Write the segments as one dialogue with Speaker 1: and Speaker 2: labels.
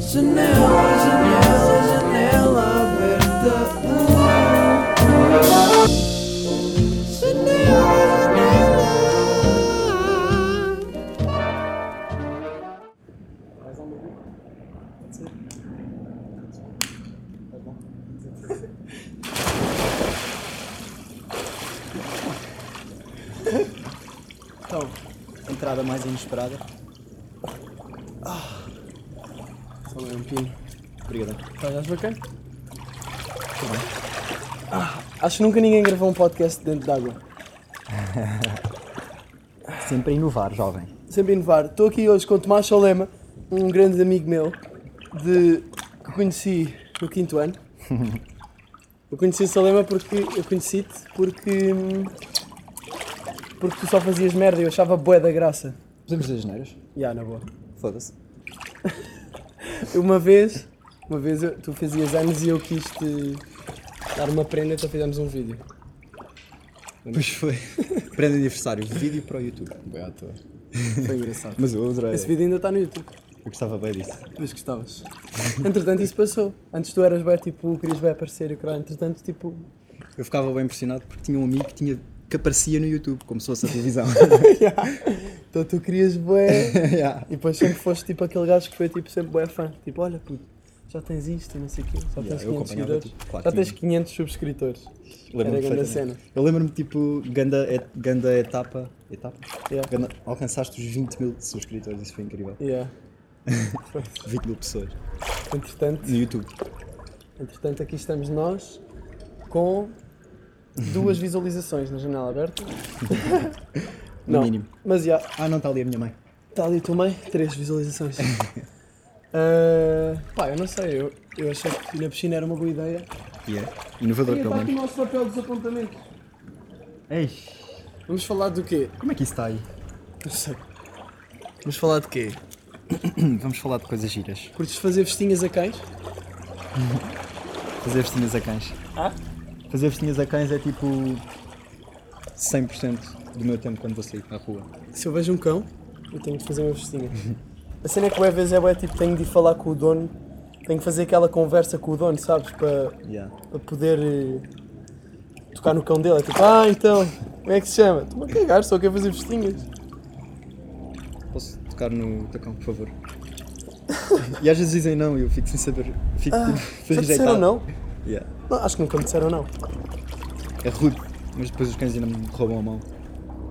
Speaker 1: Janela, janela, janela aberta. Janela, janela.
Speaker 2: Mais alguma coisa? Pode ser. Tá bom. Então, entrada mais inesperada. Ah. Só mais um pino.
Speaker 3: Obrigado.
Speaker 2: Estás bacana? Ah, acho que nunca ninguém gravou um podcast dentro d'água.
Speaker 3: Sempre a inovar, jovem.
Speaker 2: sempre a inovar. Estou aqui hoje com o Tomás Solema, um grande amigo meu, de, que conheci no quinto ano. Eu conheci o Solema porque eu conheci-te porque hum, porque tu só fazias merda e eu achava bué da graça.
Speaker 3: Podemos dizer janeiros?
Speaker 2: Já, na boa.
Speaker 3: Foda-se.
Speaker 2: Uma vez, uma vez eu- tu fazias anos e eu quis te dar uma prenda, então fizemos um vídeo.
Speaker 3: Pois foi. Prenda de aniversário, vídeo para o YouTube. Bem à toa.
Speaker 2: Foi engraçado.
Speaker 3: Mas eu adorei.
Speaker 2: Esse vídeo ainda está no YouTube.
Speaker 3: Eu gostava bem disso.
Speaker 2: Mas gostavas. Entretanto, isso passou. Antes tu eras bem tipo, querias bem aparecer e o caralho. Entretanto, tipo,
Speaker 3: Eu ficava bem impressionado porque tinha um amigo que, tinha, que aparecia no YouTube, como se fosse a televisão.
Speaker 2: Ya. Então tu querias bué.
Speaker 3: yeah.
Speaker 2: E depois sempre foste tipo aquele gajo que foi tipo sempre bué fã. Tipo, olha puto, já tens isto, e não sei o quê, já
Speaker 3: Ya,
Speaker 2: tens
Speaker 3: eu
Speaker 2: 500
Speaker 3: acompanhava,
Speaker 2: seguidores.
Speaker 3: tipo, claro,
Speaker 2: já tens
Speaker 3: tinha.
Speaker 2: 500 subscritores.
Speaker 3: Lembro-me
Speaker 2: Era a grande
Speaker 3: perfeitamente.
Speaker 2: cena.
Speaker 3: Eu lembro-me, tipo, ganda, et- ganda etapa. Etapa?
Speaker 2: Yeah.
Speaker 3: Ganda- alcançaste os 20 mil subscritores, isso foi incrível.
Speaker 2: Yeah.
Speaker 3: 20 mil pessoas
Speaker 2: Entretanto,
Speaker 3: no YouTube.
Speaker 2: entretanto, aqui estamos nós com duas visualizações na janela aberta.
Speaker 3: No
Speaker 2: Não,
Speaker 3: mínimo.
Speaker 2: Mas já,
Speaker 3: Ah, não, está ali a minha mãe.
Speaker 2: está ali também, três visualizações. Ah, pá, eu não sei, eu, eu achei que ir na piscina era uma boa ideia.
Speaker 3: E é. Inovador, pelo menos.
Speaker 2: Então, nosso papel dos apontamentos.
Speaker 3: Ei,
Speaker 2: Vamos falar do quê?
Speaker 3: como é que isso está aí?
Speaker 2: Não sei. Vamos falar de quê?
Speaker 3: Vamos falar de coisas giras.
Speaker 2: Curtes fazer vestinhas a cães?
Speaker 3: Fazer festinhas a cães.
Speaker 2: Ah?
Speaker 3: Fazer festinhas a cães é tipo 100% do meu tempo quando vou sair para a rua.
Speaker 2: Se eu vejo um cão, eu tenho de fazer uma vestinha. a cena é que, às vezes, é bué, tipo, tenho de ir falar com o dono, tenho de fazer aquela conversa com o dono, sabes? Para, para poder eh, tocar no cão dele. É tipo, ah, então, como é que se chama? Estou-me a cagar, só quero fazer vestinhas.
Speaker 3: Posso tocar no tacão, por favor? e às vezes dizem não e eu fico sem saber. Fico
Speaker 2: Ah,
Speaker 3: tipo,
Speaker 2: Já
Speaker 3: fui
Speaker 2: te disseram
Speaker 3: rejeitado.
Speaker 2: não?
Speaker 3: Yeah.
Speaker 2: não? Acho que nunca me disseram não.
Speaker 3: É rude, mas depois os cães ainda me roubam a mão.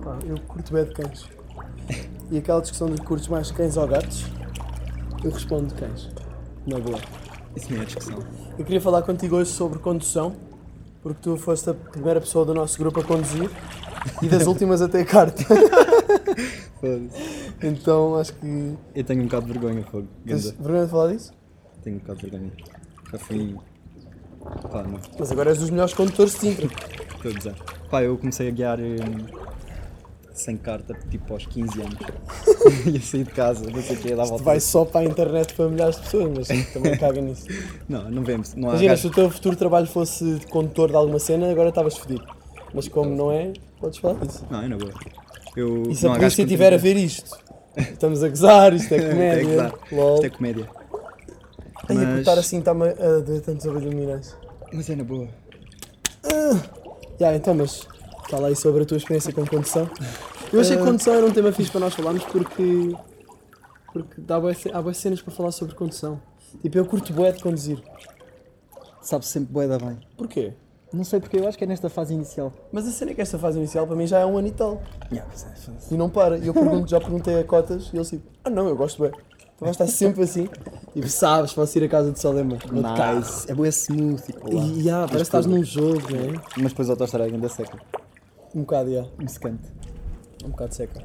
Speaker 2: Pá, eu curto bem de cães. E aquela discussão de curtes mais cães ou gatos, eu respondo de cães. Na boa.
Speaker 3: Isso nem é discussão.
Speaker 2: Eu queria falar contigo hoje sobre condução, porque tu foste a primeira pessoa do nosso grupo a conduzir e das últimas até a carta.
Speaker 3: Foda-se.
Speaker 2: Então acho que.
Speaker 3: Eu tenho um bocado de vergonha, fogo.
Speaker 2: Tens
Speaker 3: Ganda.
Speaker 2: vergonha de falar disso?
Speaker 3: Tenho um bocado de vergonha. Já fui. Pá, não.
Speaker 2: Mas agora és dos melhores condutores de Sintra.
Speaker 3: Estou a gozar. Pá, eu comecei a guiar hum, sem carta, tipo aos 15 anos. Ia sair de casa, não sei o quê, dava volta.
Speaker 2: Vai só para a internet para milhares de pessoas, mas também caga nisso.
Speaker 3: Não, não vemos. Não há
Speaker 2: Imagina, se
Speaker 3: gajo.
Speaker 2: o teu futuro trabalho fosse de condutor de alguma cena, agora estavas fodido. Mas como não é, podes falar disso.
Speaker 3: Não, é na boa. Eu,
Speaker 2: E se a
Speaker 3: não há gajo
Speaker 2: polícia
Speaker 3: que
Speaker 2: estiver a
Speaker 3: contribui.
Speaker 2: ver isto? Estamos a gozar, isto é
Speaker 3: É, é
Speaker 2: comédia.
Speaker 3: gozar.
Speaker 2: LOL.
Speaker 3: Isto é comédia.
Speaker 2: Ai, a
Speaker 3: mas-
Speaker 2: cortar assim está-me a doer tantos abdominais.
Speaker 3: Mas é na boa.
Speaker 2: Ya, então, mas fala aí sobre a tua experiência com condução. Eu achei que
Speaker 3: Eh.
Speaker 2: condução era um tema fixe para nós falarmos porque. Porque dá bué ce- há boas cenas para falar sobre condução. Tipo, eu curto bué de conduzir.
Speaker 3: Sabe sempre bué da bem.
Speaker 2: Porquê?
Speaker 3: Não sei porque, eu acho que é nesta fase inicial.
Speaker 2: Mas a cena é que esta fase inicial para mim já é um ano e tal.
Speaker 3: Yeah, mas é, foda-se.
Speaker 2: E não para. E eu pergunto, já perguntei a Cotas e ele assim: Ah, não, eu gosto bué. Tu vais estar sempre assim. E sabes, posso ir à casa de Salema. Vou de carro.
Speaker 3: Nice. É bué smooth. tipo, lá.
Speaker 2: E ya, parece que estás num jogo, não é?
Speaker 3: Mas depois a autostrada ainda seca.
Speaker 2: Um bocado, ya.
Speaker 3: Um secante.
Speaker 2: Um bocado seca.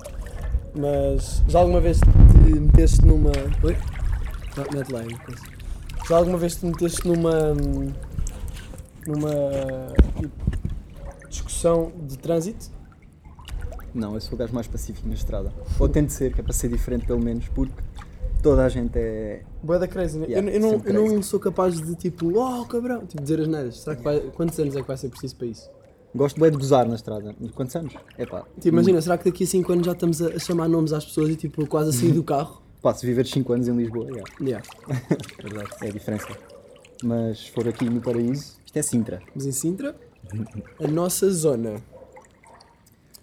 Speaker 2: Mas já alguma vez te meteste numa. Oi? Não, mete lá aí, coisa. Já alguma vez te meteste numa. hum, numa. tipo, discussão de trânsito?
Speaker 3: Não, eu sou o gajo mais pacífico na estrada. Ou tento ser, que é para ser diferente pelo menos, porque toda a gente é.
Speaker 2: Boa da crazy, né?
Speaker 3: Yeah,
Speaker 2: eu, eu não,
Speaker 3: sempre
Speaker 2: eu não
Speaker 3: crazy.
Speaker 2: sou capaz de tipo, oh cabrão, tipo dizer as neiras. Será que vai, quantos anos é que vai ser preciso para isso?
Speaker 3: Gosto bem de gozar na estrada. E Quantos anos? É pá.
Speaker 2: Tipo, imagina, será que daqui a 5 anos já estamos a, a chamar nomes às pessoas e tipo quase a sair do carro?
Speaker 3: Pá, se viver 5 anos em Lisboa, yeah,
Speaker 2: Yeah. Verdade.
Speaker 3: é a diferença. Mas se for aqui no Paraíso, isto é Sintra.
Speaker 2: Mas em Sintra, a nossa zona.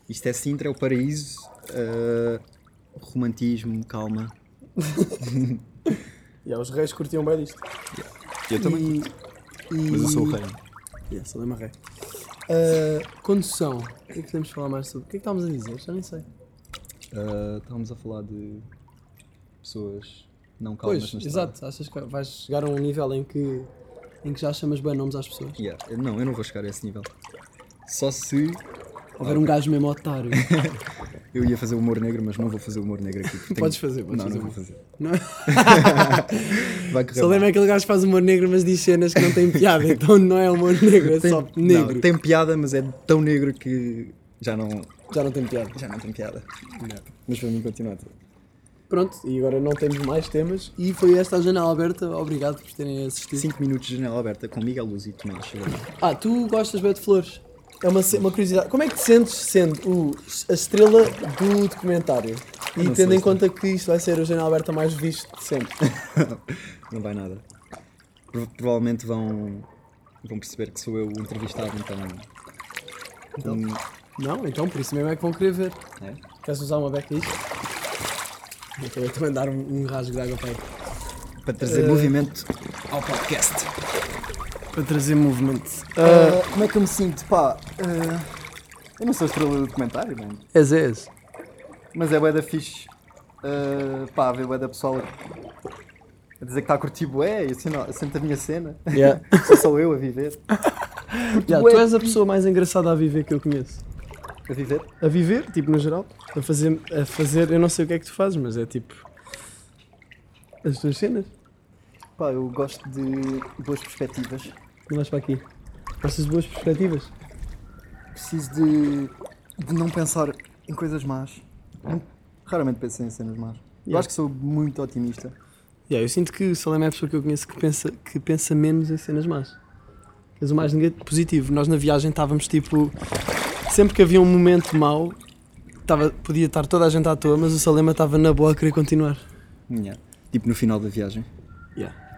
Speaker 3: Isto é Sintra, é o Paraíso. ah, romantismo, calma.
Speaker 2: Yeah, os reis curtiam bem disto.
Speaker 3: Eu
Speaker 2: E, e-
Speaker 3: Mas eu sou o rei.
Speaker 2: Yeah, sou lema rei. Ah, condução. O que é que podemos falar mais sobre? O que é que estávamos a dizer? Já nem sei.
Speaker 3: Ah, estávamos a falar de pessoas não calmas na
Speaker 2: pois,
Speaker 3: estrada.
Speaker 2: exato. Achas que vais chegar a um nível em que, em que já chamas bem nomes às pessoas?
Speaker 3: Yeah, Não, eu não vou chegar a esse nível. Só se
Speaker 2: Houver um gajo mesmo otário.
Speaker 3: eu ia fazer humor negro, mas não vou fazer humor negro aqui. porque tenho-
Speaker 2: Podes fazer, podes
Speaker 3: não,
Speaker 2: fazer
Speaker 3: não vou
Speaker 2: humor.
Speaker 3: fazer.
Speaker 2: Não?
Speaker 3: Vai correr
Speaker 2: Só
Speaker 3: mal.
Speaker 2: lembra aquele gajo que faz humor negro, mas diz cenas que não têm piada. Então não é humor negro, é só
Speaker 3: Não,
Speaker 2: negro.
Speaker 3: tem piada, mas é tão negro que já não,
Speaker 2: Já não tem piada.
Speaker 3: já não tem piada. Mas vamos continuar.
Speaker 2: Pronto, e agora não temos mais temas. E foi esta a Janela Aberta. Obrigado por terem assistido.
Speaker 3: 5 minutos de janela aberta com Miguel Luz e Tomás. Chega lá.
Speaker 2: Ah, tu gostas bem de flores? É uma, ce- uma curiosidade. Como é que te sentes sendo o- a estrela do documentário?
Speaker 3: Eu
Speaker 2: E
Speaker 3: não
Speaker 2: tendo
Speaker 3: sei
Speaker 2: em
Speaker 3: se-
Speaker 2: conta que isto vai ser o Janela Aberta mais visto de sempre.
Speaker 3: não vai nada. Pro- provavelmente vão, vão perceber que sou eu o entrevistado, então. Hum,
Speaker 2: não, então por isso mesmo é que vão querer ver.
Speaker 3: é?
Speaker 2: Queres usar uma beca isto? Eu também te mandar um, um rasgo de água para aí.
Speaker 3: Para trazer movimento ao podcast.
Speaker 2: Para trazer movimento.
Speaker 3: Ah, como é que eu me sinto? Pá, ah, eu não sou estrela do documentário, mano.
Speaker 2: És, és.
Speaker 3: Mas é bué da fixe. Uh, pá, ver bué da pessoal a dizer que está a curtir bué e assim, não, sente a minha cena.
Speaker 2: Yeah.
Speaker 3: Sou só eu a viver.
Speaker 2: Yeah, tu és a pessoa mais engraçada a viver que eu conheço.
Speaker 3: A viver?
Speaker 2: A viver, tipo, no geral. A fazer, a fazer, eu não sei o que é que tu fazes, mas é tipo. As tuas cenas.
Speaker 3: Pá, eu gosto de boas perspectivas.
Speaker 2: Não vais para aqui. Gostas de boas perspectivas?
Speaker 3: Preciso de, de não pensar em coisas más. Não- Raramente penso em cenas más. Eu
Speaker 2: Yeah.
Speaker 3: acho que sou muito otimista.
Speaker 2: Yeah, eu sinto que o Salem é a pessoa que eu conheço que pensa, que pensa menos em cenas más. És o mais negativo, positivo. Nós na viagem estávamos tipo. Sempre que havia um momento mau, estava, podia estar toda a gente à toa, mas o Salema estava na boa a querer continuar.
Speaker 3: Tipo no final da viagem.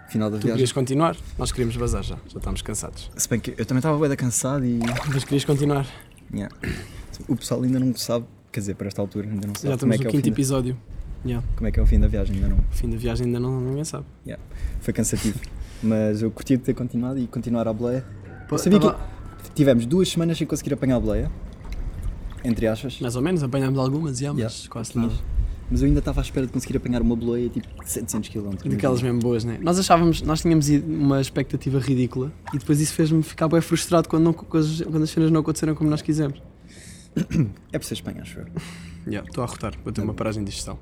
Speaker 3: Final da
Speaker 2: Tu querias continuar? Nós queríamos vazar já, já estamos cansados.
Speaker 3: Se bem que eu também estava bué da cansado e...
Speaker 2: Mas querias continuar?
Speaker 3: Yeah. O pessoal ainda não sabe, quer dizer, para esta altura ainda não sabe
Speaker 2: Já
Speaker 3: como
Speaker 2: estamos
Speaker 3: é, que é
Speaker 2: no
Speaker 3: o fim
Speaker 2: quinto
Speaker 3: da,
Speaker 2: episódio. Yeah.
Speaker 3: como é que é o fim da viagem, ainda não.
Speaker 2: O fim da viagem ainda não, ninguém sabe.
Speaker 3: Yeah. Foi cansativo. Mas eu curti de ter continuado e continuar à boleia. Eu sabia
Speaker 2: tava-
Speaker 3: que tivemos duas semanas sem conseguir apanhar a boleia, entre aspas,
Speaker 2: Mais ou menos, apanhámos algumas, yeah, mas
Speaker 3: Yeah,
Speaker 2: quase
Speaker 3: pouquinhas.
Speaker 2: nada.
Speaker 3: mas eu ainda estava à espera de conseguir apanhar uma boleia tipo 700 km.
Speaker 2: Daquelas mesmo boas, né? Nós achávamos, nós tínhamos ido- uma expectativa ridícula e depois isso fez-me ficar bem frustrado quando, não, quando as- quando as cenas não aconteceram como nós quisemos.
Speaker 3: É para ser Espanha, acho eu.
Speaker 2: Yeah, Estou a rotar, vou ter uma paragem de digestão.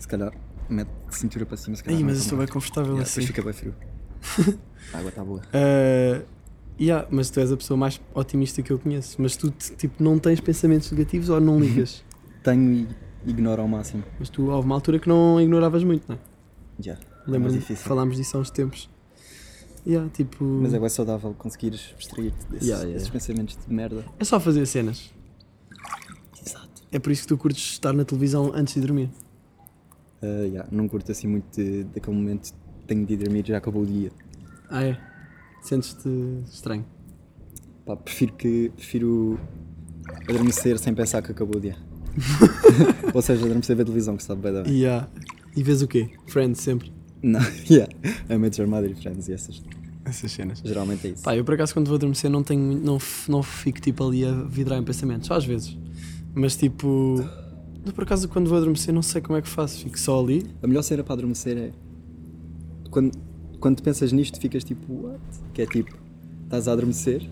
Speaker 3: Se calhar, mete de cintura para cima, se calhar.
Speaker 2: Ai,
Speaker 3: não
Speaker 2: mas eu
Speaker 3: tão
Speaker 2: estou
Speaker 3: mal.
Speaker 2: bem confortável
Speaker 3: Yeah,
Speaker 2: assim.
Speaker 3: Depois fica bem frio. a água está boa.
Speaker 2: Ah, yeah, mas tu és a pessoa mais otimista que eu conheço, mas tu t- tipo, não tens pensamentos negativos ou não ligas.
Speaker 3: Uhum. Tenho e ignoro ao máximo.
Speaker 2: mas tu houve uma altura que não ignoravas muito, não é?
Speaker 3: Já.
Speaker 2: Lembro-me
Speaker 3: é mais
Speaker 2: que
Speaker 3: difícil.
Speaker 2: falámos disso há uns tempos. Yeah, tipo,
Speaker 3: Mas é bem saudável conseguires abstrair-te desses,
Speaker 2: Yeah, yeah.
Speaker 3: desses pensamentos de merda.
Speaker 2: é só fazer cenas.
Speaker 3: Exato.
Speaker 2: É por isso que tu curtes estar na televisão antes de dormir.
Speaker 3: não curto assim muito de- daquele momento. Tenho de ir dormir, já acabou o dia.
Speaker 2: Ah, é? Sentes-te estranho.
Speaker 3: Pá, prefiro que. Prefiro adormecer sem pensar que acabou o dia. Ou seja, adormecer a ver televisão, que sabe bem da bem.
Speaker 2: E, ah, e vês o quê? Friends sempre.
Speaker 3: Não, yeah. A Major Mother e Friends e essas.
Speaker 2: Essas cenas.
Speaker 3: Geralmente é isso.
Speaker 2: Pá, eu por acaso quando vou adormecer não tenho muito- não, f- não fico tipo ali a vidrar em pensamentos, só às vezes. Mas tipo. eu, por acaso quando vou adormecer não sei como é que faço, fico só ali.
Speaker 3: A melhor cena para adormecer é. Quando, quando tu pensas nisto, ficas tipo, what? Que é tipo, estás a adormecer,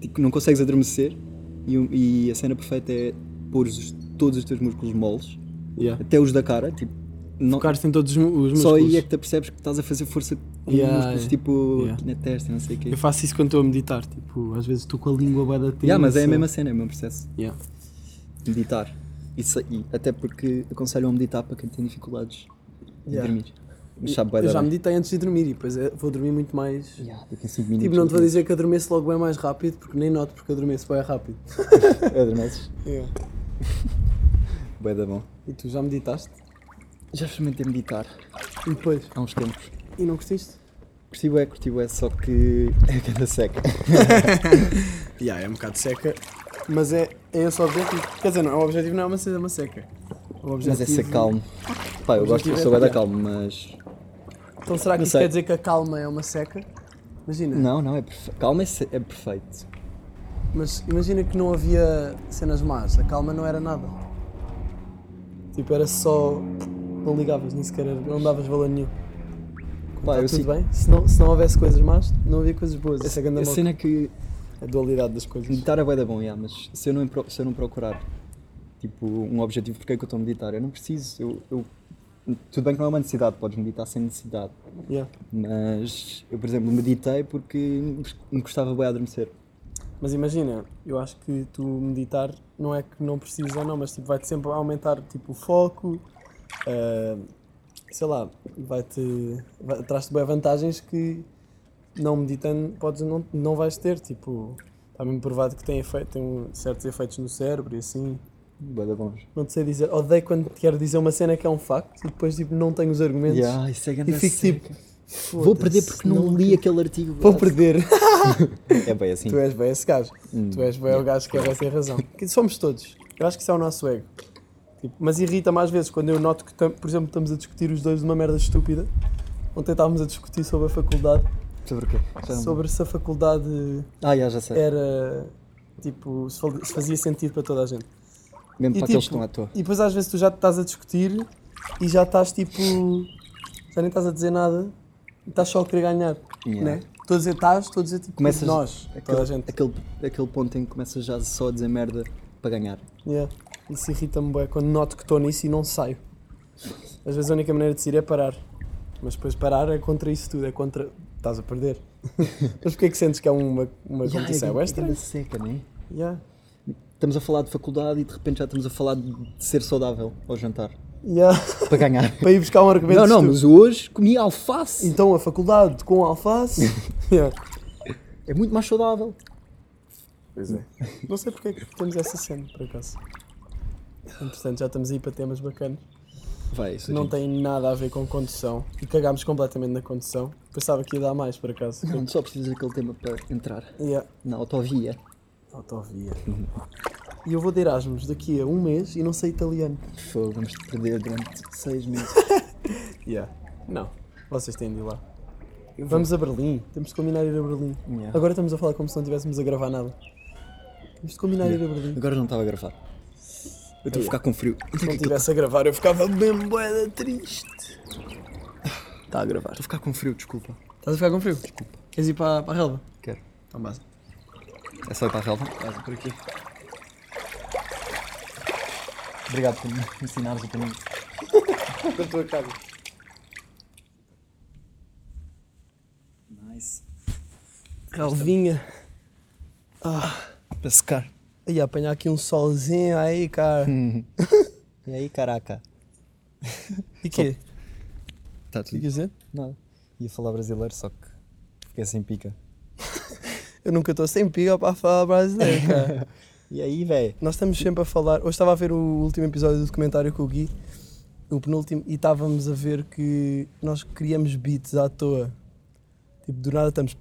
Speaker 3: tipo, não consegues adormecer, e, o- e a cena perfeita é pôr os, todos os teus músculos moles,
Speaker 2: Yeah.
Speaker 3: até os da cara, tipo, não,
Speaker 2: Focares em todos os, mu- os músculos.
Speaker 3: só aí é que te apercebes que estás a fazer força com
Speaker 2: Yeah,
Speaker 3: músculos,
Speaker 2: yeah.
Speaker 3: tipo,
Speaker 2: Yeah.
Speaker 3: aqui na testa, não sei o quê.
Speaker 2: Eu faço isso quando estou a meditar, tipo, às vezes estou com a língua bué da tensa.
Speaker 3: Yeah, mas é a mesma cena, é o mesmo processo.
Speaker 2: Yeah.
Speaker 3: Meditar. Isso aí. Até porque aconselho a meditar para quem tem dificuldades de
Speaker 2: Yeah.
Speaker 3: dormir. Mas sabe, vai
Speaker 2: Eu
Speaker 3: dar.
Speaker 2: já
Speaker 3: bem.
Speaker 2: meditei antes de dormir e depois é- vou dormir muito mais.
Speaker 3: Yeah, tipo, em cinco
Speaker 2: Tipo,
Speaker 3: minutos,
Speaker 2: não te vou
Speaker 3: né?
Speaker 2: dizer que adormeço logo bem mais rápido, porque nem noto porque adormeço bem rápido.
Speaker 3: Adormeces? Bué da bom.
Speaker 2: E tu já meditaste?
Speaker 3: Já experimentei meditar
Speaker 2: E depois?
Speaker 3: há uns tempos.
Speaker 2: E não curtiste?
Speaker 3: Curti bué, curti bué, só que é cada seca.
Speaker 4: Yeah, é um bocado seca.
Speaker 2: Mas é, é esse o objetivo. Quer dizer, não é o objetivo, não é uma cena, é uma seca. O
Speaker 3: Mas é
Speaker 2: objetivo-
Speaker 3: ser calmo. Pá, eu gosto, eu sou bué da calma, mas...
Speaker 2: Então será que
Speaker 3: Não
Speaker 2: isso
Speaker 3: sei.
Speaker 2: quer dizer que a calma é uma seca? Imagina.
Speaker 3: Não, não, é perfe... calma é, se- é perfeito.
Speaker 2: Mas imagina que não havia cenas más, a calma não era nada. Tipo, era só. Não ligavas, nem sequer era- não davas valor nenhum.
Speaker 3: Pá,
Speaker 2: Está
Speaker 3: eu
Speaker 2: tudo
Speaker 3: sinto-
Speaker 2: bem? Se não, se não houvesse coisas más, não havia coisas boas. Essa é a grande
Speaker 3: A
Speaker 2: moto.
Speaker 3: cena é que
Speaker 2: A dualidade das coisas.
Speaker 3: meditar é bué da bom, yeah, mas se eu, não, pro- se eu não procurar, tipo, um objetivo, porque é que eu estou a meditar? Eu não preciso, eu... eu- Tudo bem que não é uma necessidade, podes meditar sem necessidade.
Speaker 2: Yeah.
Speaker 3: Mas eu, por exemplo, meditei porque me gostava bem a adormecer.
Speaker 2: Mas imagina, eu acho que tu meditar não é que não precisas ou não, mas tipo, vai-te sempre aumentar tipo, o foco, ah, sei lá, vai-te. Vai, traz-te bem vantagens que não meditando podes, não, não vais ter. Tipo, está mesmo provado que tem, efeito, tem um, certos efeitos no cérebro e assim.
Speaker 3: Bué da bons.
Speaker 2: Não te sei dizer, odeio quando te quero dizer uma cena que é um facto e depois tipo, não tenho os argumentos.
Speaker 3: Yeah, isso é grande
Speaker 2: E fico
Speaker 3: seca.
Speaker 2: tipo,
Speaker 3: Vou perder porque não, li aquele artigo.
Speaker 2: Vou perder.
Speaker 3: É bem assim.
Speaker 2: Tu és bem esse gajo. Tu és bem o gajo que é agora tem razão. Hum. Que somos todos. Eu acho que isso é o nosso ego. Tipo, mas irrita-me às vezes quando eu noto que, tam- por exemplo, estamos a discutir os dois de uma merda estúpida. Ontem estávamos a discutir sobre a faculdade,
Speaker 3: é Sobre o quê? Já não-
Speaker 2: sobre se a faculdade
Speaker 3: Ah, já, já sei.
Speaker 2: É. era. Tipo, se fal- se fazia sentido para toda a gente.
Speaker 3: Mesmo
Speaker 2: e
Speaker 3: para aqueles que
Speaker 2: tipo-
Speaker 3: estão à toa.
Speaker 2: E depois às vezes tu já te estás a discutir e já estás tipo. Já nem estás a dizer nada, estás só a querer ganhar.
Speaker 3: Yeah.
Speaker 2: Né? Estou a dizer estás, estou a dizer tipo
Speaker 3: Começas-
Speaker 2: nós, toda a gente.
Speaker 3: Aquele, aquele ponto em que começas já só a dizer merda para ganhar.
Speaker 2: Yeah. Isso irrita-me bem quando noto que estou nisso e não saio. Às vezes a única maneira de sair é parar. Mas depois parar é contra isso tudo, é contra. estás a perder. Mas porquê é que sentes que é uma, uma competição?
Speaker 3: é
Speaker 2: É,
Speaker 3: grande-
Speaker 2: bué
Speaker 3: é
Speaker 2: estranho.
Speaker 3: grande seca, não é?
Speaker 2: Yeah.
Speaker 3: Estamos a falar de faculdade e de repente já estamos a falar de ser saudável ao jantar.
Speaker 2: Yeah.
Speaker 3: Para ganhar.
Speaker 2: Para ir buscar um argumento.
Speaker 3: não, não,
Speaker 2: estúpido.
Speaker 3: mas hoje comi alface.
Speaker 2: Então a faculdade com alface. Yeah.
Speaker 3: É muito mais saudável.
Speaker 2: Pois é. Não sei porque é que temos essa cena, por acaso. Entretanto, já estamos aí para temas bacanas.
Speaker 3: Vai, isso é
Speaker 2: Não
Speaker 3: gente.
Speaker 2: tem nada a ver com condução. E cagámos completamente na condução. Pensava que ia dar mais, por acaso.
Speaker 3: Não, só precisas daquele tema para entrar
Speaker 2: Yeah.
Speaker 3: na autovia.
Speaker 2: Autovia. E eu vou de Erasmus daqui a um mês e não sei italiano.
Speaker 3: Fogo, vamos te perder durante seis meses.
Speaker 2: Yeah. Não. Vocês têm de ir lá. Vamos a Berlim. Temos de combinar ir a Berlim.
Speaker 3: Yeah.
Speaker 2: Agora estamos a falar como se não estivéssemos a gravar nada. Temos de combinar
Speaker 3: é
Speaker 2: ir a Berlim.
Speaker 3: Agora não estava a gravar. Eu estou a ficar com frio.
Speaker 2: Se não
Speaker 3: Estou
Speaker 2: estivesse a gravar, eu ficava bem boeda triste. Está Tá a gravar.
Speaker 3: a ficar com frio, desculpa.
Speaker 2: Estás a ficar com frio? Desculpa. Queres ir para, para a relva?
Speaker 3: Quero.
Speaker 2: Então basta.
Speaker 3: É só ir para a relva? por aqui. Obrigado por me ensinares o caminho.
Speaker 2: Da tua casa.
Speaker 3: Nice.
Speaker 2: Relvinha.
Speaker 3: Para secar.
Speaker 2: Ia apanhar aqui um solzinho aí, cara.
Speaker 3: E aí, caraca?
Speaker 2: E quê?
Speaker 3: Está
Speaker 2: O que
Speaker 3: Tá tudo.
Speaker 2: dizer?
Speaker 3: Não. Ia falar brasileiro, só que fiquei sem pica.
Speaker 2: Eu nunca estou sem pica para falar brasileiro, cara.
Speaker 3: E aí, velho?
Speaker 2: Nós estamos sempre a falar. Hoje estava a ver o último episódio do documentário com o Gui, o penúltimo, e estávamos a ver que nós criamos beats à toa. Tipo, do nada estamos.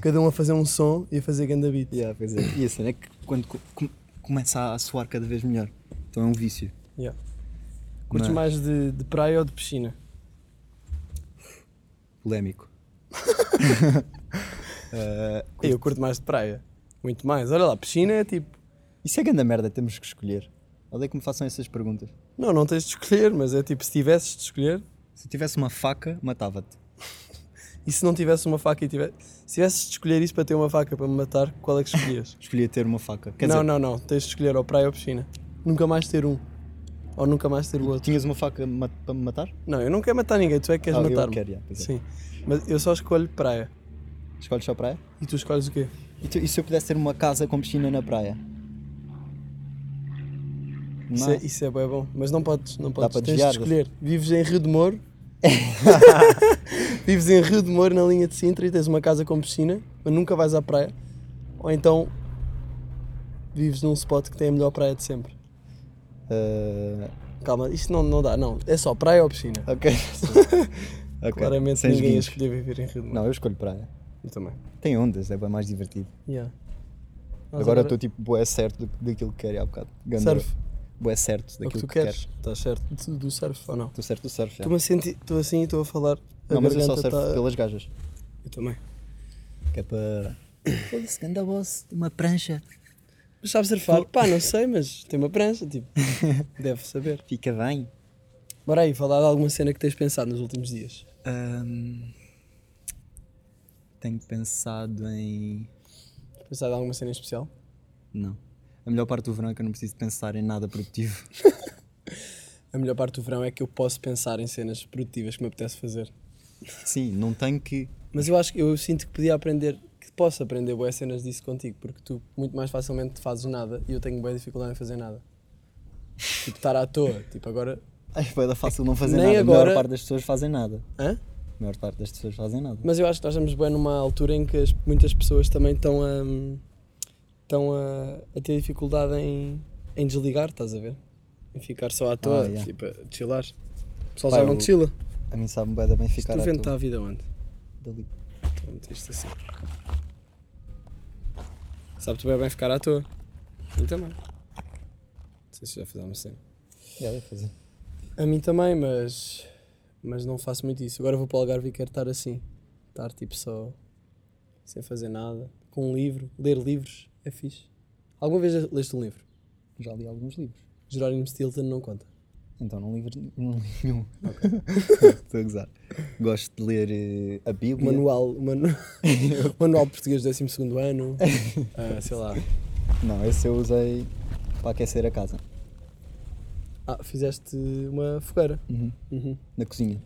Speaker 2: Cada um a fazer um som e a fazer ganda beat.
Speaker 3: Yeah, pois é. E a cena é que quando co- com- começa a soar cada vez melhor. Então é um vício.
Speaker 2: Yeah. Curtes
Speaker 3: Mas-
Speaker 2: mais de, de praia ou de piscina?
Speaker 3: Polémico. Eh,
Speaker 2: Eu curto mais de praia. Muito mais. Olha lá, piscina é tipo.
Speaker 3: isso é grande merda, temos que escolher. Odeio que me façam essas perguntas.
Speaker 2: Não, não tens de escolher, mas é tipo, se tivesses de escolher,
Speaker 3: Se eu tivesse uma faca, matava-te.
Speaker 2: e se não tivesse uma faca e tivesse. Se tivesses de escolher isso para ter uma faca para me matar, qual é que escolhias?
Speaker 3: Escolhia ter uma faca. Quer
Speaker 2: não,
Speaker 3: dizer,
Speaker 2: não, não. Tens de escolher ou praia ou piscina. Nunca mais ter um. Ou nunca mais ter o outro.
Speaker 3: tinhas uma faca ma- para me matar?
Speaker 2: Tipo, Não, eu não quero matar ninguém. Tu é que queres
Speaker 3: Ah, eu
Speaker 2: matar-me.
Speaker 3: quero, já, pois é.
Speaker 2: Sim. Mas eu só escolho praia.
Speaker 3: Escolhes só praia?
Speaker 2: E tu escolhes o quê?
Speaker 3: E, tu- e se eu pudesse ter uma casa com piscina na praia?
Speaker 2: Isso é, isso é bem bom. Mas não podes, não podes.
Speaker 3: para
Speaker 2: Tens
Speaker 3: desviar,
Speaker 2: de escolher. Vives em Rio de Moro. Vives em Rio de Moro, na linha de Sintra, e tens uma casa com piscina, mas nunca vais à praia. Ou então vives num spot que tem a melhor praia de sempre.
Speaker 3: Eh,
Speaker 2: Calma, isto não, não dá, não. É só praia ou piscina?
Speaker 3: Ok. Ok.
Speaker 2: Claramente
Speaker 3: Sem
Speaker 2: ninguém ia
Speaker 3: esguinhos.
Speaker 2: escolher viver em Rio de Mar.
Speaker 3: Não, eu escolho praia.
Speaker 2: Eu também.
Speaker 3: Tem ondas, é bem mais divertido.
Speaker 2: Yeah. Mas
Speaker 3: agora estou tipo bué certo do- daquilo que quero é há bocado. Ganda-
Speaker 2: Surf,
Speaker 3: Bué certo
Speaker 2: é o que
Speaker 3: daquilo
Speaker 2: tu
Speaker 3: que
Speaker 2: queres.
Speaker 3: queres.
Speaker 2: Estás certo do, do surf ou não?
Speaker 3: Estou certo do surf, já.
Speaker 2: Estou-me a sentir, estou assim e estou a falar. A
Speaker 3: Não, mas eu só
Speaker 2: garganta
Speaker 3: surfo
Speaker 2: tá-
Speaker 3: pelas gajas.
Speaker 2: Eu também.
Speaker 3: Que é para... Foda-se, ganda boss, uma prancha.
Speaker 2: Mas sabe surfar? Pá, não sei, mas tem uma prancha, tipo. deve saber.
Speaker 3: Fica bem.
Speaker 2: Bora aí, falar de alguma cena que tens pensado nos últimos dias.
Speaker 3: Ahm, tenho pensado em...
Speaker 2: Pensado em alguma cena em especial?
Speaker 3: Não. A melhor parte do verão é que eu não preciso pensar em nada produtivo.
Speaker 2: A melhor parte do verão é que eu posso pensar em cenas produtivas que me apetece fazer.
Speaker 3: Sim, não tenho que...
Speaker 2: Mas eu acho que eu sinto que podia aprender, que posso aprender boas cenas disso contigo, porque tu muito mais facilmente fazes nada e eu tenho boa dificuldade em fazer nada. Tipo, estar à toa. Tipo, agora.
Speaker 3: Ai, vai dar fácil não fazer
Speaker 2: Nem
Speaker 3: nada. A
Speaker 2: agora-
Speaker 3: maior parte das pessoas fazem nada.
Speaker 2: Hã?
Speaker 3: A maior parte das pessoas fazem nada.
Speaker 2: Mas eu acho que nós estamos bem numa altura em que as- muitas pessoas também estão a. estão a, a ter dificuldade em, em desligar, estás a ver? Em ficar só à toa,
Speaker 3: Ah, yeah.
Speaker 2: tipo, a chilar. O pessoal
Speaker 3: Pá,
Speaker 2: já não
Speaker 3: eu-
Speaker 2: chila.
Speaker 3: A mim sabe-me bué da bem ficar
Speaker 2: Tu
Speaker 3: à
Speaker 2: vendo
Speaker 3: toa.
Speaker 2: a vida onde?
Speaker 3: Dali.
Speaker 2: Então, Isto assim. Sabe-te bem, bem ficar à toa. Eu também. Não sei se já fiz uma cena.
Speaker 3: Já deve fazer.
Speaker 2: A mim também, mas. Mas não faço muito isso. Agora vou para o Algarve e quero estar assim. Estar tipo só. sem fazer nada. Com um livro. Ler livros é fixe. Alguma vez leste um livro?
Speaker 3: Já li alguns livros.
Speaker 2: Jerónimo Stilton não conta.
Speaker 3: Então não li, ver- não li nenhum. Estou a gozar. Gosto de ler eh, a
Speaker 2: O
Speaker 3: Bíblia.
Speaker 2: manual. O manu... o manual português do 12 ano. Ah, sei lá.
Speaker 3: Não, esse eu usei para aquecer a casa.
Speaker 2: Ah, fizeste uma fogueira. Uhum.
Speaker 3: Na cozinha.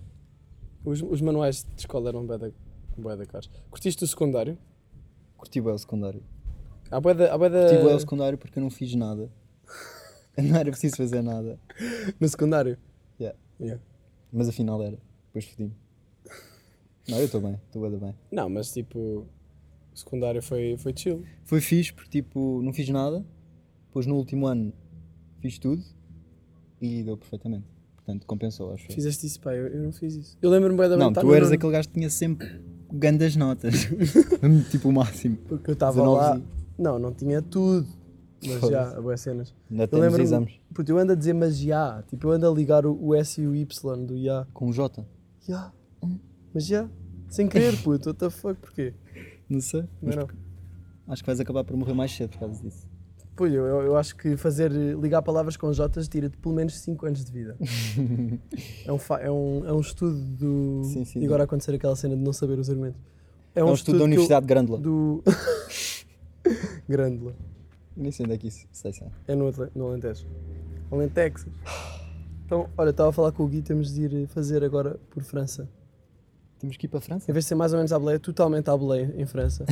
Speaker 2: Os, os manuais de escola eram bué da, bué da caros. Curtiste o secundário?
Speaker 3: Curti bem o secundário.
Speaker 2: Há bué da... Há bué da-
Speaker 3: Curti bem o secundário porque eu não fiz nada. não era preciso fazer nada.
Speaker 2: No secundário?
Speaker 3: Yeah.
Speaker 2: Yeah.
Speaker 3: Mas afinal era. Depois fodi-me. Não, eu estou bem. Estou bem, bem.
Speaker 2: Não, mas tipo... O secundário foi, foi chill.
Speaker 3: Foi fixe porque tipo, não fiz nada. Depois no último ano fiz tudo. E deu perfeitamente. Portanto, compensou, acho eu.
Speaker 2: Fizeste isso, pá. Eu, eu não fiz isso. Eu lembro-me bué da bem de
Speaker 3: Não,
Speaker 2: estar
Speaker 3: tu
Speaker 2: Tá no
Speaker 3: eras
Speaker 2: nono,
Speaker 3: aquele gajo que tinha sempre grandes notas. tipo o máximo.
Speaker 2: Porque eu estava lá...
Speaker 3: 19
Speaker 2: Não, não tinha tudo. Mas
Speaker 3: Foda-se.
Speaker 2: já, há boas cenas.
Speaker 3: Ainda
Speaker 2: Eu
Speaker 3: temos
Speaker 2: lembro-me...
Speaker 3: exames.
Speaker 2: Puto, eu ando a dizer mas já. Tipo, eu ando a ligar o, o S e o Y do já.
Speaker 3: Com o Jota.
Speaker 2: Já. Mas já. Sem querer, puto. What the fuck? Porquê?
Speaker 3: Não sei.
Speaker 2: Mas não.
Speaker 3: Acho que vais acabar por morrer mais cedo por causa disso.
Speaker 2: Pois, eu, eu eu acho que fazer eh, ligar palavras com Jotas tira-te pelo menos 5 anos de vida. é, um fa- é, um, é um estudo do.
Speaker 3: Sim, sim,
Speaker 2: e agora acontecer aquela cena de não saber os argumentos.
Speaker 3: É um, estudo da
Speaker 2: que eu-
Speaker 3: Universidade de Grândola.
Speaker 2: do. Grândola.
Speaker 3: Nem sei onde é que isso. Sei, sei.
Speaker 2: É no, Atle... no Alentejo. Alentejo. Então, olha, estava a falar com o Gui, temos de ir eh, fazer agora por França.
Speaker 3: Temos que ir para a França?
Speaker 2: Em vez de ser mais ou menos à boleia, é totalmente à boleia em França.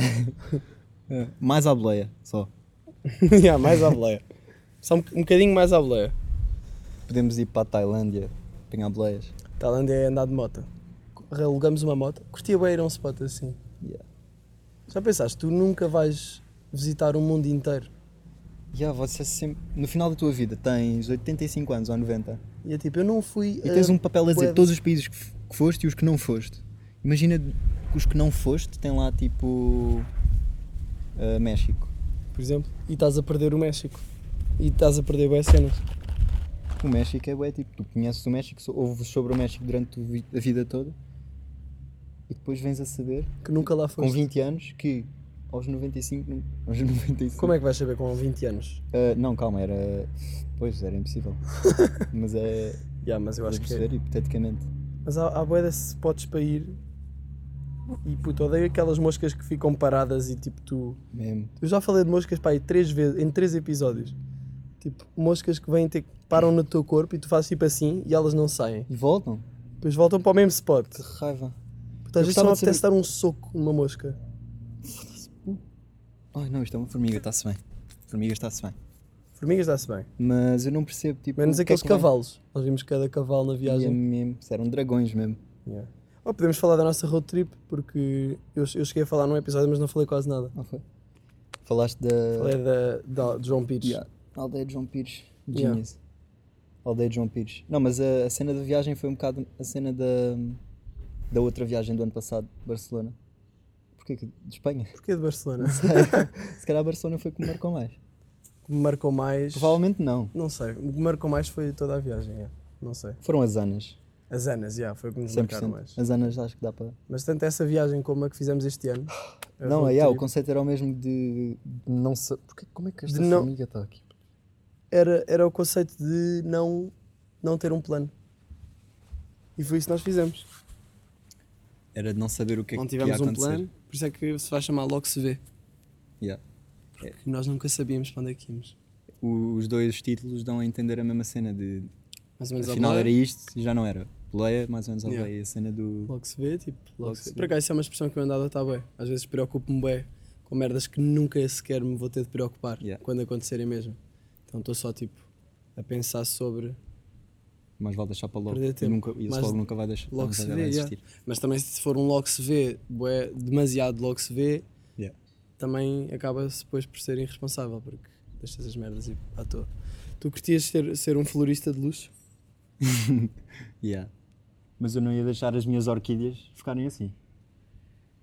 Speaker 3: É. Mais à boleia, só.
Speaker 2: yeah, mais à boleia. Só um, um bocadinho mais à boleia.
Speaker 3: Podemos ir para a Tailândia, apanhar boleias.
Speaker 2: Tailândia é andar de moto. Alugamos uma moto. Curtia bem ir a um spot assim.
Speaker 3: Yeah.
Speaker 2: Já pensaste, tu nunca vais visitar o mundo inteiro.
Speaker 3: Yeah, você é sempre... No final da tua vida tens 85 anos ou 90
Speaker 2: E é tipo, eu não fui.
Speaker 3: e tens um papel a dizer
Speaker 2: bué-
Speaker 3: todos os países que f- que foste e os que não foste. Imagina que os que não foste têm lá tipo. ah, México.
Speaker 2: por exemplo, e estás a perder o México. E estás a perder boas cenas.
Speaker 3: O México é bué, tipo, tu conheces o México, só ouves sobre o México durante o vi- a vida toda e depois vens a saber,
Speaker 2: Que nunca lá
Speaker 3: com
Speaker 2: foste.
Speaker 3: 20 anos, que aos 95. não- Aos 95
Speaker 2: Como é que vais saber com 20 anos?
Speaker 3: ah, não, calma, era. Pois, era impossível. Mas é.
Speaker 2: Já, mas eu
Speaker 3: Vais
Speaker 2: acho que
Speaker 3: perceber,
Speaker 2: é.
Speaker 3: hipoteticamente.
Speaker 2: Mas há, há boé de spots para ir. E puto, odeio aquelas moscas que ficam paradas e tipo tu.
Speaker 3: Mesmo.
Speaker 2: Eu já falei de moscas pá, aí três vezes, em três episódios. Tipo, moscas que vêm ter, param no teu corpo e tu fazes tipo assim e elas não saem.
Speaker 3: E voltam?
Speaker 2: Depois voltam para o mesmo spot.
Speaker 3: Que raiva.
Speaker 2: Porque às
Speaker 3: Eu
Speaker 2: vezes só me
Speaker 3: gostava de saber-
Speaker 2: apetece dar um soco numa mosca.
Speaker 3: Ai não, isto é uma formiga, está-se bem. Formiga está-se bem.
Speaker 2: Formigas dá-se bem.
Speaker 3: Mas eu não percebo, tipo.
Speaker 2: Menos
Speaker 3: o que é
Speaker 2: aqueles
Speaker 3: que vem.
Speaker 2: cavalos. Nós vimos cada cavalo na
Speaker 3: Ia
Speaker 2: viagem.
Speaker 3: mesmo, isso eram dragões mesmo.
Speaker 2: Yeah. Oh, podemos falar da nossa road trip, porque eu, eu cheguei a falar num episódio, mas não falei quase nada.
Speaker 3: Não foi? Falaste da.
Speaker 2: Falei da, da, de João Pires.
Speaker 3: Yeah. Aldeia de João Pires.
Speaker 2: Yeah.
Speaker 3: Genius. Odeio João Pires. Não, mas a, a cena da viagem foi um bocado a cena da, da outra viagem do ano passado, Barcelona. Porquê que? De Espanha?
Speaker 5: Porquê de Barcelona?
Speaker 3: Se calhar Barcelona foi o que me marcou mais.
Speaker 5: Me marcou mais.
Speaker 3: Provavelmente não.
Speaker 5: Não sei. O que me marcou mais foi toda a viagem, é. Não sei.
Speaker 3: Foram as Anas.
Speaker 5: As Anas, yeah, foi o que nos marcaram
Speaker 3: 100%.
Speaker 5: mais.
Speaker 3: As Anas acho que dá para.
Speaker 5: Mas tanto essa viagem como a que fizemos este ano. a
Speaker 3: Não,
Speaker 5: road
Speaker 2: é
Speaker 3: aí, ah, o
Speaker 5: trip,
Speaker 3: conceito era o mesmo de de não sei. Porquê, como é que esta
Speaker 5: De não-
Speaker 3: família está aqui?
Speaker 5: era, era o conceito de não, não ter um plano. E foi isso que nós fizemos.
Speaker 3: Era de não saber o que é
Speaker 2: Não
Speaker 3: que ia
Speaker 2: tivemos
Speaker 3: acontecer.
Speaker 2: um plano, por isso é que se vai chamar logo se vê.
Speaker 3: Yeah.
Speaker 2: Porque nós nunca sabíamos para onde é que íamos.
Speaker 3: O- Os dois títulos dão a entender a mesma cena de
Speaker 2: Mais ou menos ao
Speaker 3: afinal
Speaker 2: boleia,
Speaker 3: era isto e já não era. Leia, mais ou menos ao
Speaker 2: Yeah.
Speaker 3: leia, a cena do.
Speaker 2: Logo se vê, tipo, logo,
Speaker 3: Logo
Speaker 2: se
Speaker 3: se
Speaker 2: vê.
Speaker 3: vê.
Speaker 2: Por acaso isso é uma expressão que eu ando a adotar bem. Às vezes preocupo-me bem com merdas que nunca sequer me vou ter de preocupar
Speaker 3: Yeah.
Speaker 2: quando acontecerem mesmo. Então estou só, tipo, a pensar sobre
Speaker 3: Mas vale deixar para logo.
Speaker 2: Perder
Speaker 3: E
Speaker 2: tempo.
Speaker 3: nunca, e esse
Speaker 2: Mas
Speaker 3: logo nunca vai deixar.
Speaker 2: logo
Speaker 3: nunca
Speaker 2: se
Speaker 3: vai
Speaker 2: vê, yeah.
Speaker 3: existir.
Speaker 2: Mas também se for um logo se vê, bué, demasiado logo se vê,
Speaker 3: Yeah.
Speaker 2: também acaba-se depois por ser irresponsável, porque deixas as merdas e à toa. Tu curtias ser, ser um florista de luxo?
Speaker 3: Yeah. Mas eu não ia deixar as minhas orquídeas ficarem assim.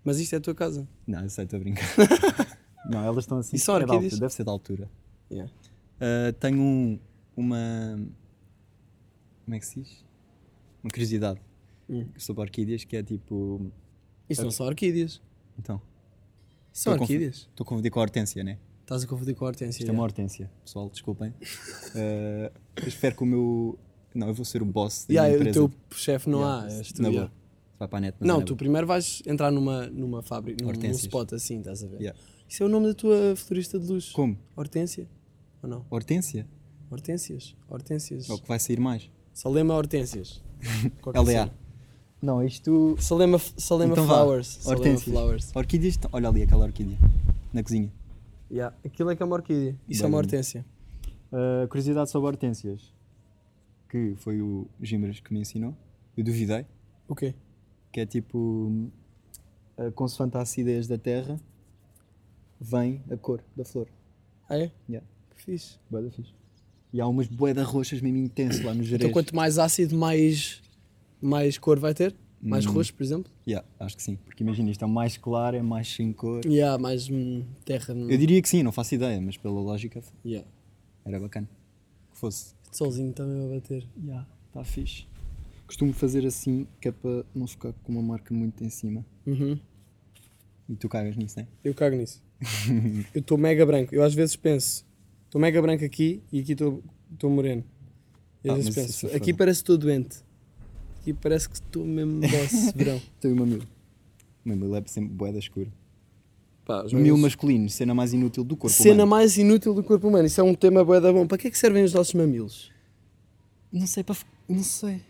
Speaker 2: Mas isto é a tua casa.
Speaker 3: Não, eu sei, estou a brincar. não, elas estão assim.
Speaker 2: E são
Speaker 3: é da altura,
Speaker 2: orquídeas?
Speaker 3: deve ser da altura. Uh, tenho um- uma. Como é que se diz? Uma curiosidade
Speaker 2: Hum.
Speaker 3: sobre orquídeas que é tipo.
Speaker 2: Isto não são orquídeas.
Speaker 3: Então.
Speaker 2: São
Speaker 3: Estou a confu-
Speaker 2: orquídeas.
Speaker 3: Estou a confundir com a hortência, né?
Speaker 2: Estás a confundir com a hortência.
Speaker 3: Isto é uma hortência, pessoal, desculpem. Uh, eu espero que o meu. Não, eu vou ser o boss da
Speaker 2: Yeah,
Speaker 3: minha
Speaker 2: o
Speaker 3: empresa.
Speaker 2: teu chefe não há. és tu,
Speaker 3: Na boa.
Speaker 2: yeah.
Speaker 3: Vai para a net. mas é
Speaker 2: Não,
Speaker 3: na
Speaker 2: tu
Speaker 3: boa.
Speaker 2: primeiro vais entrar numa, numa fábrica, num, num
Speaker 3: Hortênsias.
Speaker 2: spot assim, estás a ver?
Speaker 3: Yeah.
Speaker 2: Isso é o nome da tua florista de luz?
Speaker 3: Como?
Speaker 2: Hortência? Ou não?
Speaker 3: Hortência?
Speaker 2: Hortênsias? Hortênsias.
Speaker 3: É o que vai sair mais.
Speaker 2: Salema Hortênsias. Qualquer
Speaker 3: LA.
Speaker 2: cena.
Speaker 3: Não, isto.
Speaker 2: Salema, Salema
Speaker 3: Então vá,
Speaker 2: Flowers. Salema
Speaker 3: hortênsias.
Speaker 2: Flowers.
Speaker 3: Orquídeas. estão- Olha ali aquela orquídea. Na cozinha.
Speaker 5: Yeah. Aquilo é que é uma orquídea.
Speaker 2: Isso é uma
Speaker 3: Bem.
Speaker 2: hortência.
Speaker 3: Uh,
Speaker 2: Eh,
Speaker 3: curiosidade sobre hortênsias. Que foi o Gimbras que me ensinou. Eu duvidei.
Speaker 2: O quê?
Speaker 3: Que é tipo. hum, uh, consoante a acidez da terra, vem a cor da flor.
Speaker 2: Ah, é?
Speaker 3: Yeah.
Speaker 2: Que fixe.
Speaker 3: Boeda fixe. E há umas boedas roxas mesmo intenso lá no Jerez.
Speaker 2: Então quanto mais ácido, mais, mais cor vai ter? Mais
Speaker 3: Hum.
Speaker 2: roxo, por exemplo?
Speaker 3: Yeah, acho que sim. Porque imagina, isto é mais claro, é mais sem cor.
Speaker 2: E há mais hum, terra. No...
Speaker 3: Eu diria que sim, não faço ideia, mas pela lógica
Speaker 2: Yeah.
Speaker 3: era bacana que fosse.
Speaker 2: Este solzinho também vai bater.
Speaker 3: Já, está tá fixe. Costumo fazer assim, que é para não ficar com uma marca muito em cima.
Speaker 2: Uhum.
Speaker 3: E tu cagas nisso, né?
Speaker 2: Eu cago nisso. eu estou mega branco. Eu às vezes penso, estou mega branco aqui e aqui estou moreno. E às
Speaker 3: Ah,
Speaker 2: vezes
Speaker 3: mas
Speaker 2: penso,
Speaker 3: isso é
Speaker 2: aqui
Speaker 3: foda.
Speaker 2: parece que estou doente. Aqui parece que estou mesmo boss verão.
Speaker 3: Tenho o mamilo. O mamilo é sempre boeda escura.
Speaker 2: Pá, os
Speaker 3: Mamilo
Speaker 2: meus-
Speaker 3: masculino, cena mais inútil do corpo
Speaker 2: Cena
Speaker 3: humano.
Speaker 2: mais inútil do corpo humano. Isso é um tema bué da bom. Para que é que servem os nossos mamilos?
Speaker 3: Não sei, para... Não sei.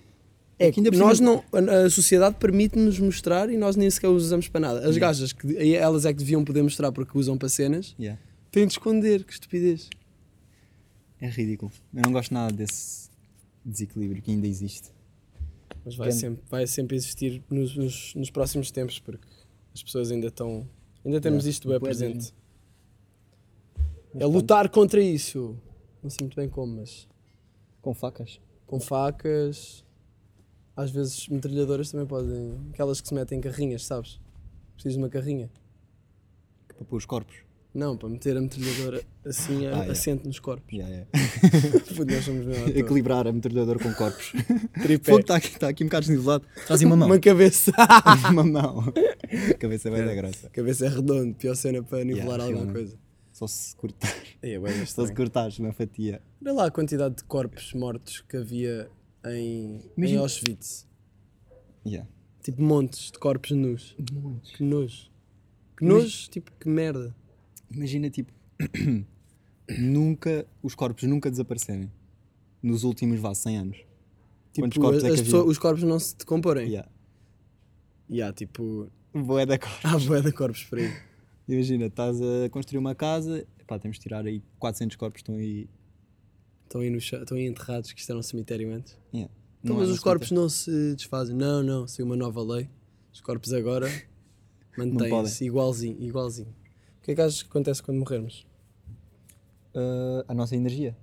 Speaker 2: É
Speaker 3: que
Speaker 2: que
Speaker 3: ainda por cima-
Speaker 2: nós não, a, a sociedade permite-nos mostrar e nós nem sequer os usamos para nada. As gajas, que de- elas é que deviam poder mostrar porque usam para cenas,
Speaker 3: Yeah.
Speaker 2: têm de esconder. Que estupidez.
Speaker 3: É ridículo. Eu não gosto nada desse desequilíbrio que ainda existe.
Speaker 2: Mas vai,
Speaker 3: Grande.
Speaker 2: sempre, vai sempre existir nos, nos, nos próximos tempos, porque as pessoas ainda estão. Ainda temos
Speaker 3: Yeah.
Speaker 2: isto bem
Speaker 3: Bué
Speaker 2: presente.
Speaker 3: mesmo.
Speaker 2: É lutar contra isso. Não sei muito bem como, mas
Speaker 3: Com facas.
Speaker 2: com facas, às vezes metralhadoras também podem. Aquelas que se metem em carrinhas, sabes? Precisas de uma carrinha.
Speaker 3: Para pôr os corpos.
Speaker 2: Não, para meter a metralhadora assim,
Speaker 3: Ah, é.
Speaker 2: assente nos corpos.
Speaker 3: Yeah, yeah.
Speaker 2: Puto, Nós somos mesmo à toa.
Speaker 3: Equilibrar a metralhadora com corpos.
Speaker 2: Tripé.
Speaker 3: Fogo está aqui, tá aqui um bocado desnivelado. Trazem uma mão.
Speaker 2: Uma cabeça.
Speaker 3: uma mão. A cabeça vai da grossa.
Speaker 2: cabeça é redonda, pior cena para nivelar
Speaker 3: Yeah,
Speaker 2: alguma
Speaker 3: realmente.
Speaker 2: coisa.
Speaker 3: Só se cortar.
Speaker 2: Aí é bem
Speaker 3: Só se cortares uma fatia.
Speaker 2: Olha lá a quantidade de corpos mortos que havia em, em
Speaker 3: Imagina-
Speaker 2: Auschwitz.
Speaker 3: Yeah.
Speaker 2: Tipo, montes de corpos nus. Que nojo. Que nojo, tipo, que merda.
Speaker 3: Imagina, tipo, nunca, os corpos nunca desaparecerem nos últimos, vá, 100 anos. Quantos
Speaker 2: Tipo,
Speaker 3: corpos é
Speaker 2: as
Speaker 3: que
Speaker 2: pessoas-
Speaker 3: havia?
Speaker 2: os corpos não se decomporem.
Speaker 3: Yeah.
Speaker 2: Yeah, tipo,
Speaker 3: Boa da cor.
Speaker 2: há boé de corpos por aí.
Speaker 3: Imagina, estás a construir uma casa, pá, temos de tirar aí 400 corpos que estão aí.
Speaker 2: Estão aí, no chão- estão aí enterrados, que isto era um cemitério antes.
Speaker 3: Yeah.
Speaker 2: Então,
Speaker 3: Não
Speaker 2: mas
Speaker 3: é
Speaker 2: os
Speaker 3: um
Speaker 2: corpos não se desfazem. Não, não, saiu uma nova lei. Os corpos agora mantêm-se igualzinho, igualzinho. O que é que achas que acontece quando morrermos?
Speaker 3: cemitério. Ah, a nossa energia.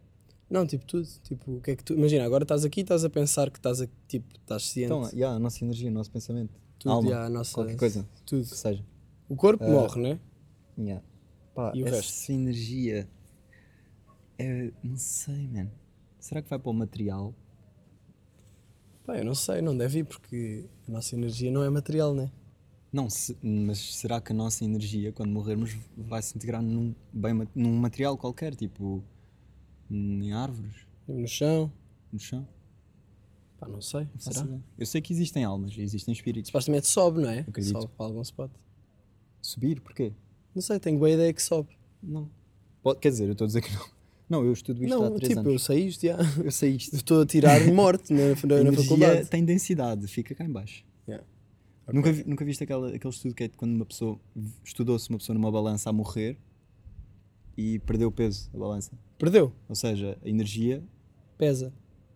Speaker 2: Não, tipo tudo. Tipo, o que é que tu. Imagina, agora estás aqui e estás a pensar que estás a, tipo, estás ciente.
Speaker 3: Então, yeah, a nossa energia, o nosso pensamento.
Speaker 2: tudo,
Speaker 3: alma,
Speaker 2: yeah, a nossa-
Speaker 3: qualquer coisa Ah.
Speaker 2: Tudo.
Speaker 3: que seja.
Speaker 2: O corpo morre, né?
Speaker 3: Yeah. Pá,
Speaker 2: E o
Speaker 3: essa
Speaker 2: resto?
Speaker 3: energia. É, não sei, man. Será que vai para o material?
Speaker 2: Pá, eu não sei, não deve ir porque a nossa energia não é material, né?
Speaker 3: Não, se- mas será que a nossa energia, quando morrermos, vai se integrar num, bem, ma- num material qualquer, tipo em árvores,
Speaker 2: Tipo, No chão.
Speaker 3: no chão?
Speaker 2: Pá, não sei.
Speaker 3: Não faço
Speaker 2: será?
Speaker 3: ideia. Eu sei que existem almas, existem espíritos.
Speaker 2: Supostamente sobe, não é?
Speaker 3: Acredito.
Speaker 2: Sobe para algum spot.
Speaker 3: Subir, porquê?
Speaker 2: Não sei, tenho boa ideia que sobe.
Speaker 3: Não. Pode, quer dizer, eu estou a dizer que não. Não, eu estudo isto há
Speaker 2: não,
Speaker 3: três
Speaker 2: tipo, eu
Speaker 3: anos.
Speaker 2: sei isto, já.
Speaker 3: Eu, sei isto.
Speaker 2: Estou a tirar morte na,
Speaker 3: A
Speaker 2: na, na
Speaker 3: energia
Speaker 2: faculdade.
Speaker 3: tem densidade, fica cá em baixo.
Speaker 2: Yeah.
Speaker 3: Nunca, vi- nunca viste aquela, aquele estudo que é de quando uma pessoa estudou-se uma pessoa numa balança a morrer e perdeu peso a balança.
Speaker 2: Perdeu.
Speaker 3: Ou seja, a energia
Speaker 2: Pesa.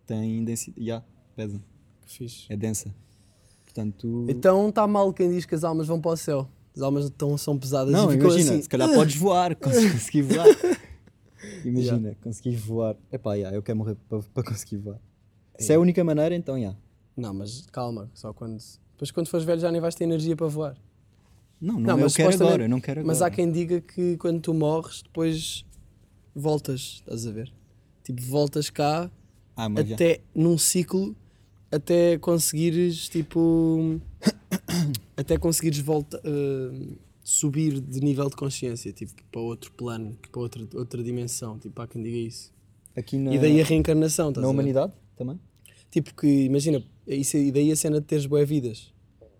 Speaker 3: tem densidade. Yeah, pesa.
Speaker 2: Que fixe.
Speaker 3: É densa. Portanto.
Speaker 2: Então está mal quem diz que as almas vão para o céu. As almas estão, são pesadas
Speaker 3: não,
Speaker 2: e ficam
Speaker 3: imagina,
Speaker 2: assim.
Speaker 3: se calhar podes voar, cons- conseguir voar. Imagina, conseguir voar. Epá, yeah, eu quero morrer para, para conseguir voar. Se é a única maneira, então já.
Speaker 2: Não, mas calma, só quando. Depois quando fores velho já nem vais ter energia para voar.
Speaker 3: Não, não,
Speaker 2: Não, é
Speaker 3: eu
Speaker 2: mas
Speaker 3: quero
Speaker 2: supostamente-
Speaker 3: agora, eu não quero agora.
Speaker 2: Mas há quem diga que quando tu morres, depois voltas, estás a ver? Tipo, voltas cá
Speaker 3: Ah, mas já.
Speaker 2: até num ciclo até conseguires tipo até conseguires volta, eh, subir de nível de consciência, tipo, para outro plano, para outra, outra dimensão, tipo, há quem diga isso.
Speaker 3: Aqui na,
Speaker 2: E daí a né? reencarnação, estás
Speaker 3: na
Speaker 2: a ver?
Speaker 3: humanidade também?
Speaker 2: Tipo que, imagina, isso, e daí a cena de teres boas vidas.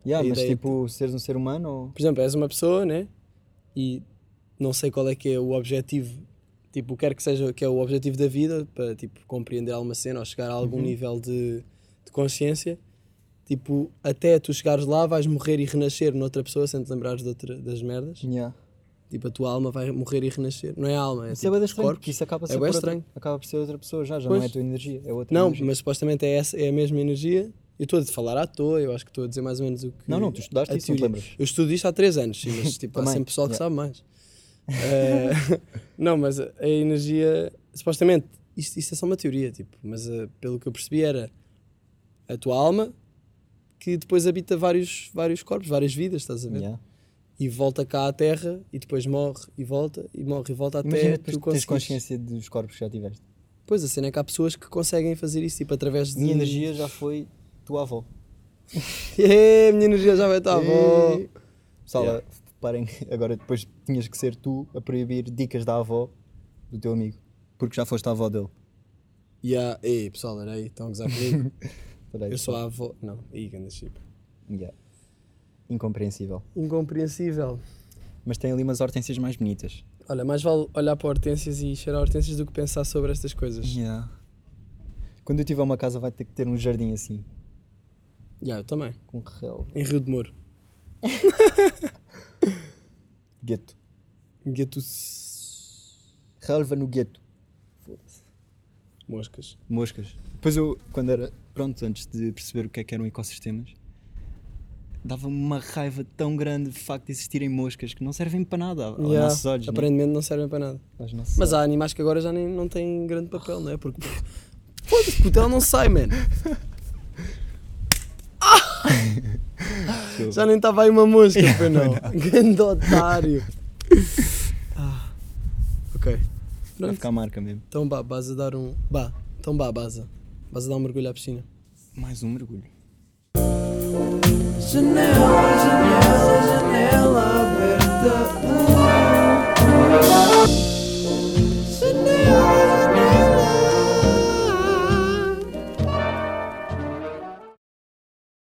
Speaker 3: Yeah,
Speaker 2: A
Speaker 3: mas
Speaker 2: ideia- é
Speaker 3: tipo, seres um ser humano ou.
Speaker 2: Por exemplo, és uma pessoa, né? E não sei qual é que é o objetivo, tipo, o que quer que seja que é o objetivo da vida, para, tipo, compreender alguma cena ou chegar a algum
Speaker 3: Uhum.
Speaker 2: nível de, de consciência. Tipo, até tu chegares lá, vais morrer e renascer noutra pessoa sem te lembrares de outra- das merdas.
Speaker 3: Yeah.
Speaker 2: Tipo, a tua alma vai morrer e renascer. Não é a alma, é
Speaker 3: Isso é
Speaker 2: tipo,
Speaker 3: bem
Speaker 2: os
Speaker 3: estranho,
Speaker 2: corpos.
Speaker 3: porque isso acaba, a
Speaker 2: É
Speaker 3: ser
Speaker 2: bué
Speaker 3: por outra-
Speaker 2: estranho.
Speaker 3: acaba por ser outra pessoa já, já não é a
Speaker 2: Pois.
Speaker 3: tua energia, é outra
Speaker 2: Não,
Speaker 3: energia.
Speaker 2: mas supostamente é, essa, é a mesma energia. Eu estou a falar à toa, eu acho que estou a dizer mais ou menos o que.
Speaker 3: Não, não, tu estudaste
Speaker 2: a
Speaker 3: isso, não te
Speaker 2: teoria.
Speaker 3: lembras?
Speaker 2: Eu estudo isto há 3 anos, sim, mas tipo, há
Speaker 3: Também,
Speaker 2: sempre pessoal que
Speaker 3: yeah.
Speaker 2: sabe mais. Eh, não, mas a, a energia. Supostamente, isto, isto é só uma teoria, tipo, mas eh, pelo que eu percebi era a tua alma que depois habita vários, vários corpos, várias vidas, estás a ver?
Speaker 3: Yeah.
Speaker 2: E volta cá à Terra e depois morre e volta e morre e volta até
Speaker 3: Imagina
Speaker 2: tu
Speaker 3: depois tens
Speaker 2: conseguires.
Speaker 3: consciência dos corpos que já tiveste.
Speaker 2: Pois, a cena é que há pessoas que conseguem fazer isso, tipo, através de...
Speaker 3: Minha energia já foi tua avó.
Speaker 2: Eh, minha energia já vai estar boa.
Speaker 3: Pessoal,
Speaker 2: Yeah.
Speaker 3: parem, agora depois tinhas que ser tu a proibir dicas da avó do teu amigo, porque já foste a avó dele.
Speaker 2: Yeah. Ei, pessoal, era aí, estão a gozar comigo.
Speaker 3: Peraí,
Speaker 2: Eu sou a avó... Não, aí, ganda chip.
Speaker 3: Yeah. Incompreensível.
Speaker 2: Incompreensível.
Speaker 3: Mas tem ali umas hortênsias mais bonitas.
Speaker 2: Olha, mais vale olhar para hortênsias e cheirar hortênsias do que pensar sobre estas coisas.
Speaker 3: Uhum.
Speaker 2: Yeah,
Speaker 3: Quando eu tiver uma casa, vai ter que ter um jardim assim,
Speaker 2: eu também.
Speaker 3: com relva.
Speaker 2: Em Rio de Moro.
Speaker 3: Gueto.
Speaker 2: Gueto...
Speaker 3: Relva no gueto.
Speaker 2: Moscas.
Speaker 3: Moscas. Depois eu, quando era, pronto, antes de perceber o que é que eram ecossistemas, dava-me uma raiva tão grande de facto de existirem moscas que não servem para nada aos
Speaker 2: Yeah,
Speaker 3: nossos olhos. né?
Speaker 2: Aparentemente não servem para nada.
Speaker 3: Aos nossos
Speaker 2: Mas há animais que agora já nem, não têm grande papel, não é? Porque. Foda-se, puto, ela não sai, man. Ah! Já nem estava aí uma mosca, foi não. Grande otário. Ah, Ok.
Speaker 3: Vai
Speaker 2: Pronto.
Speaker 3: ficar a marca mesmo.
Speaker 2: Então, bah, base a dar um. Bah, então, bah, baza. Vas a dar um mergulho à piscina.
Speaker 3: Mais um mergulho.
Speaker 1: Chanel.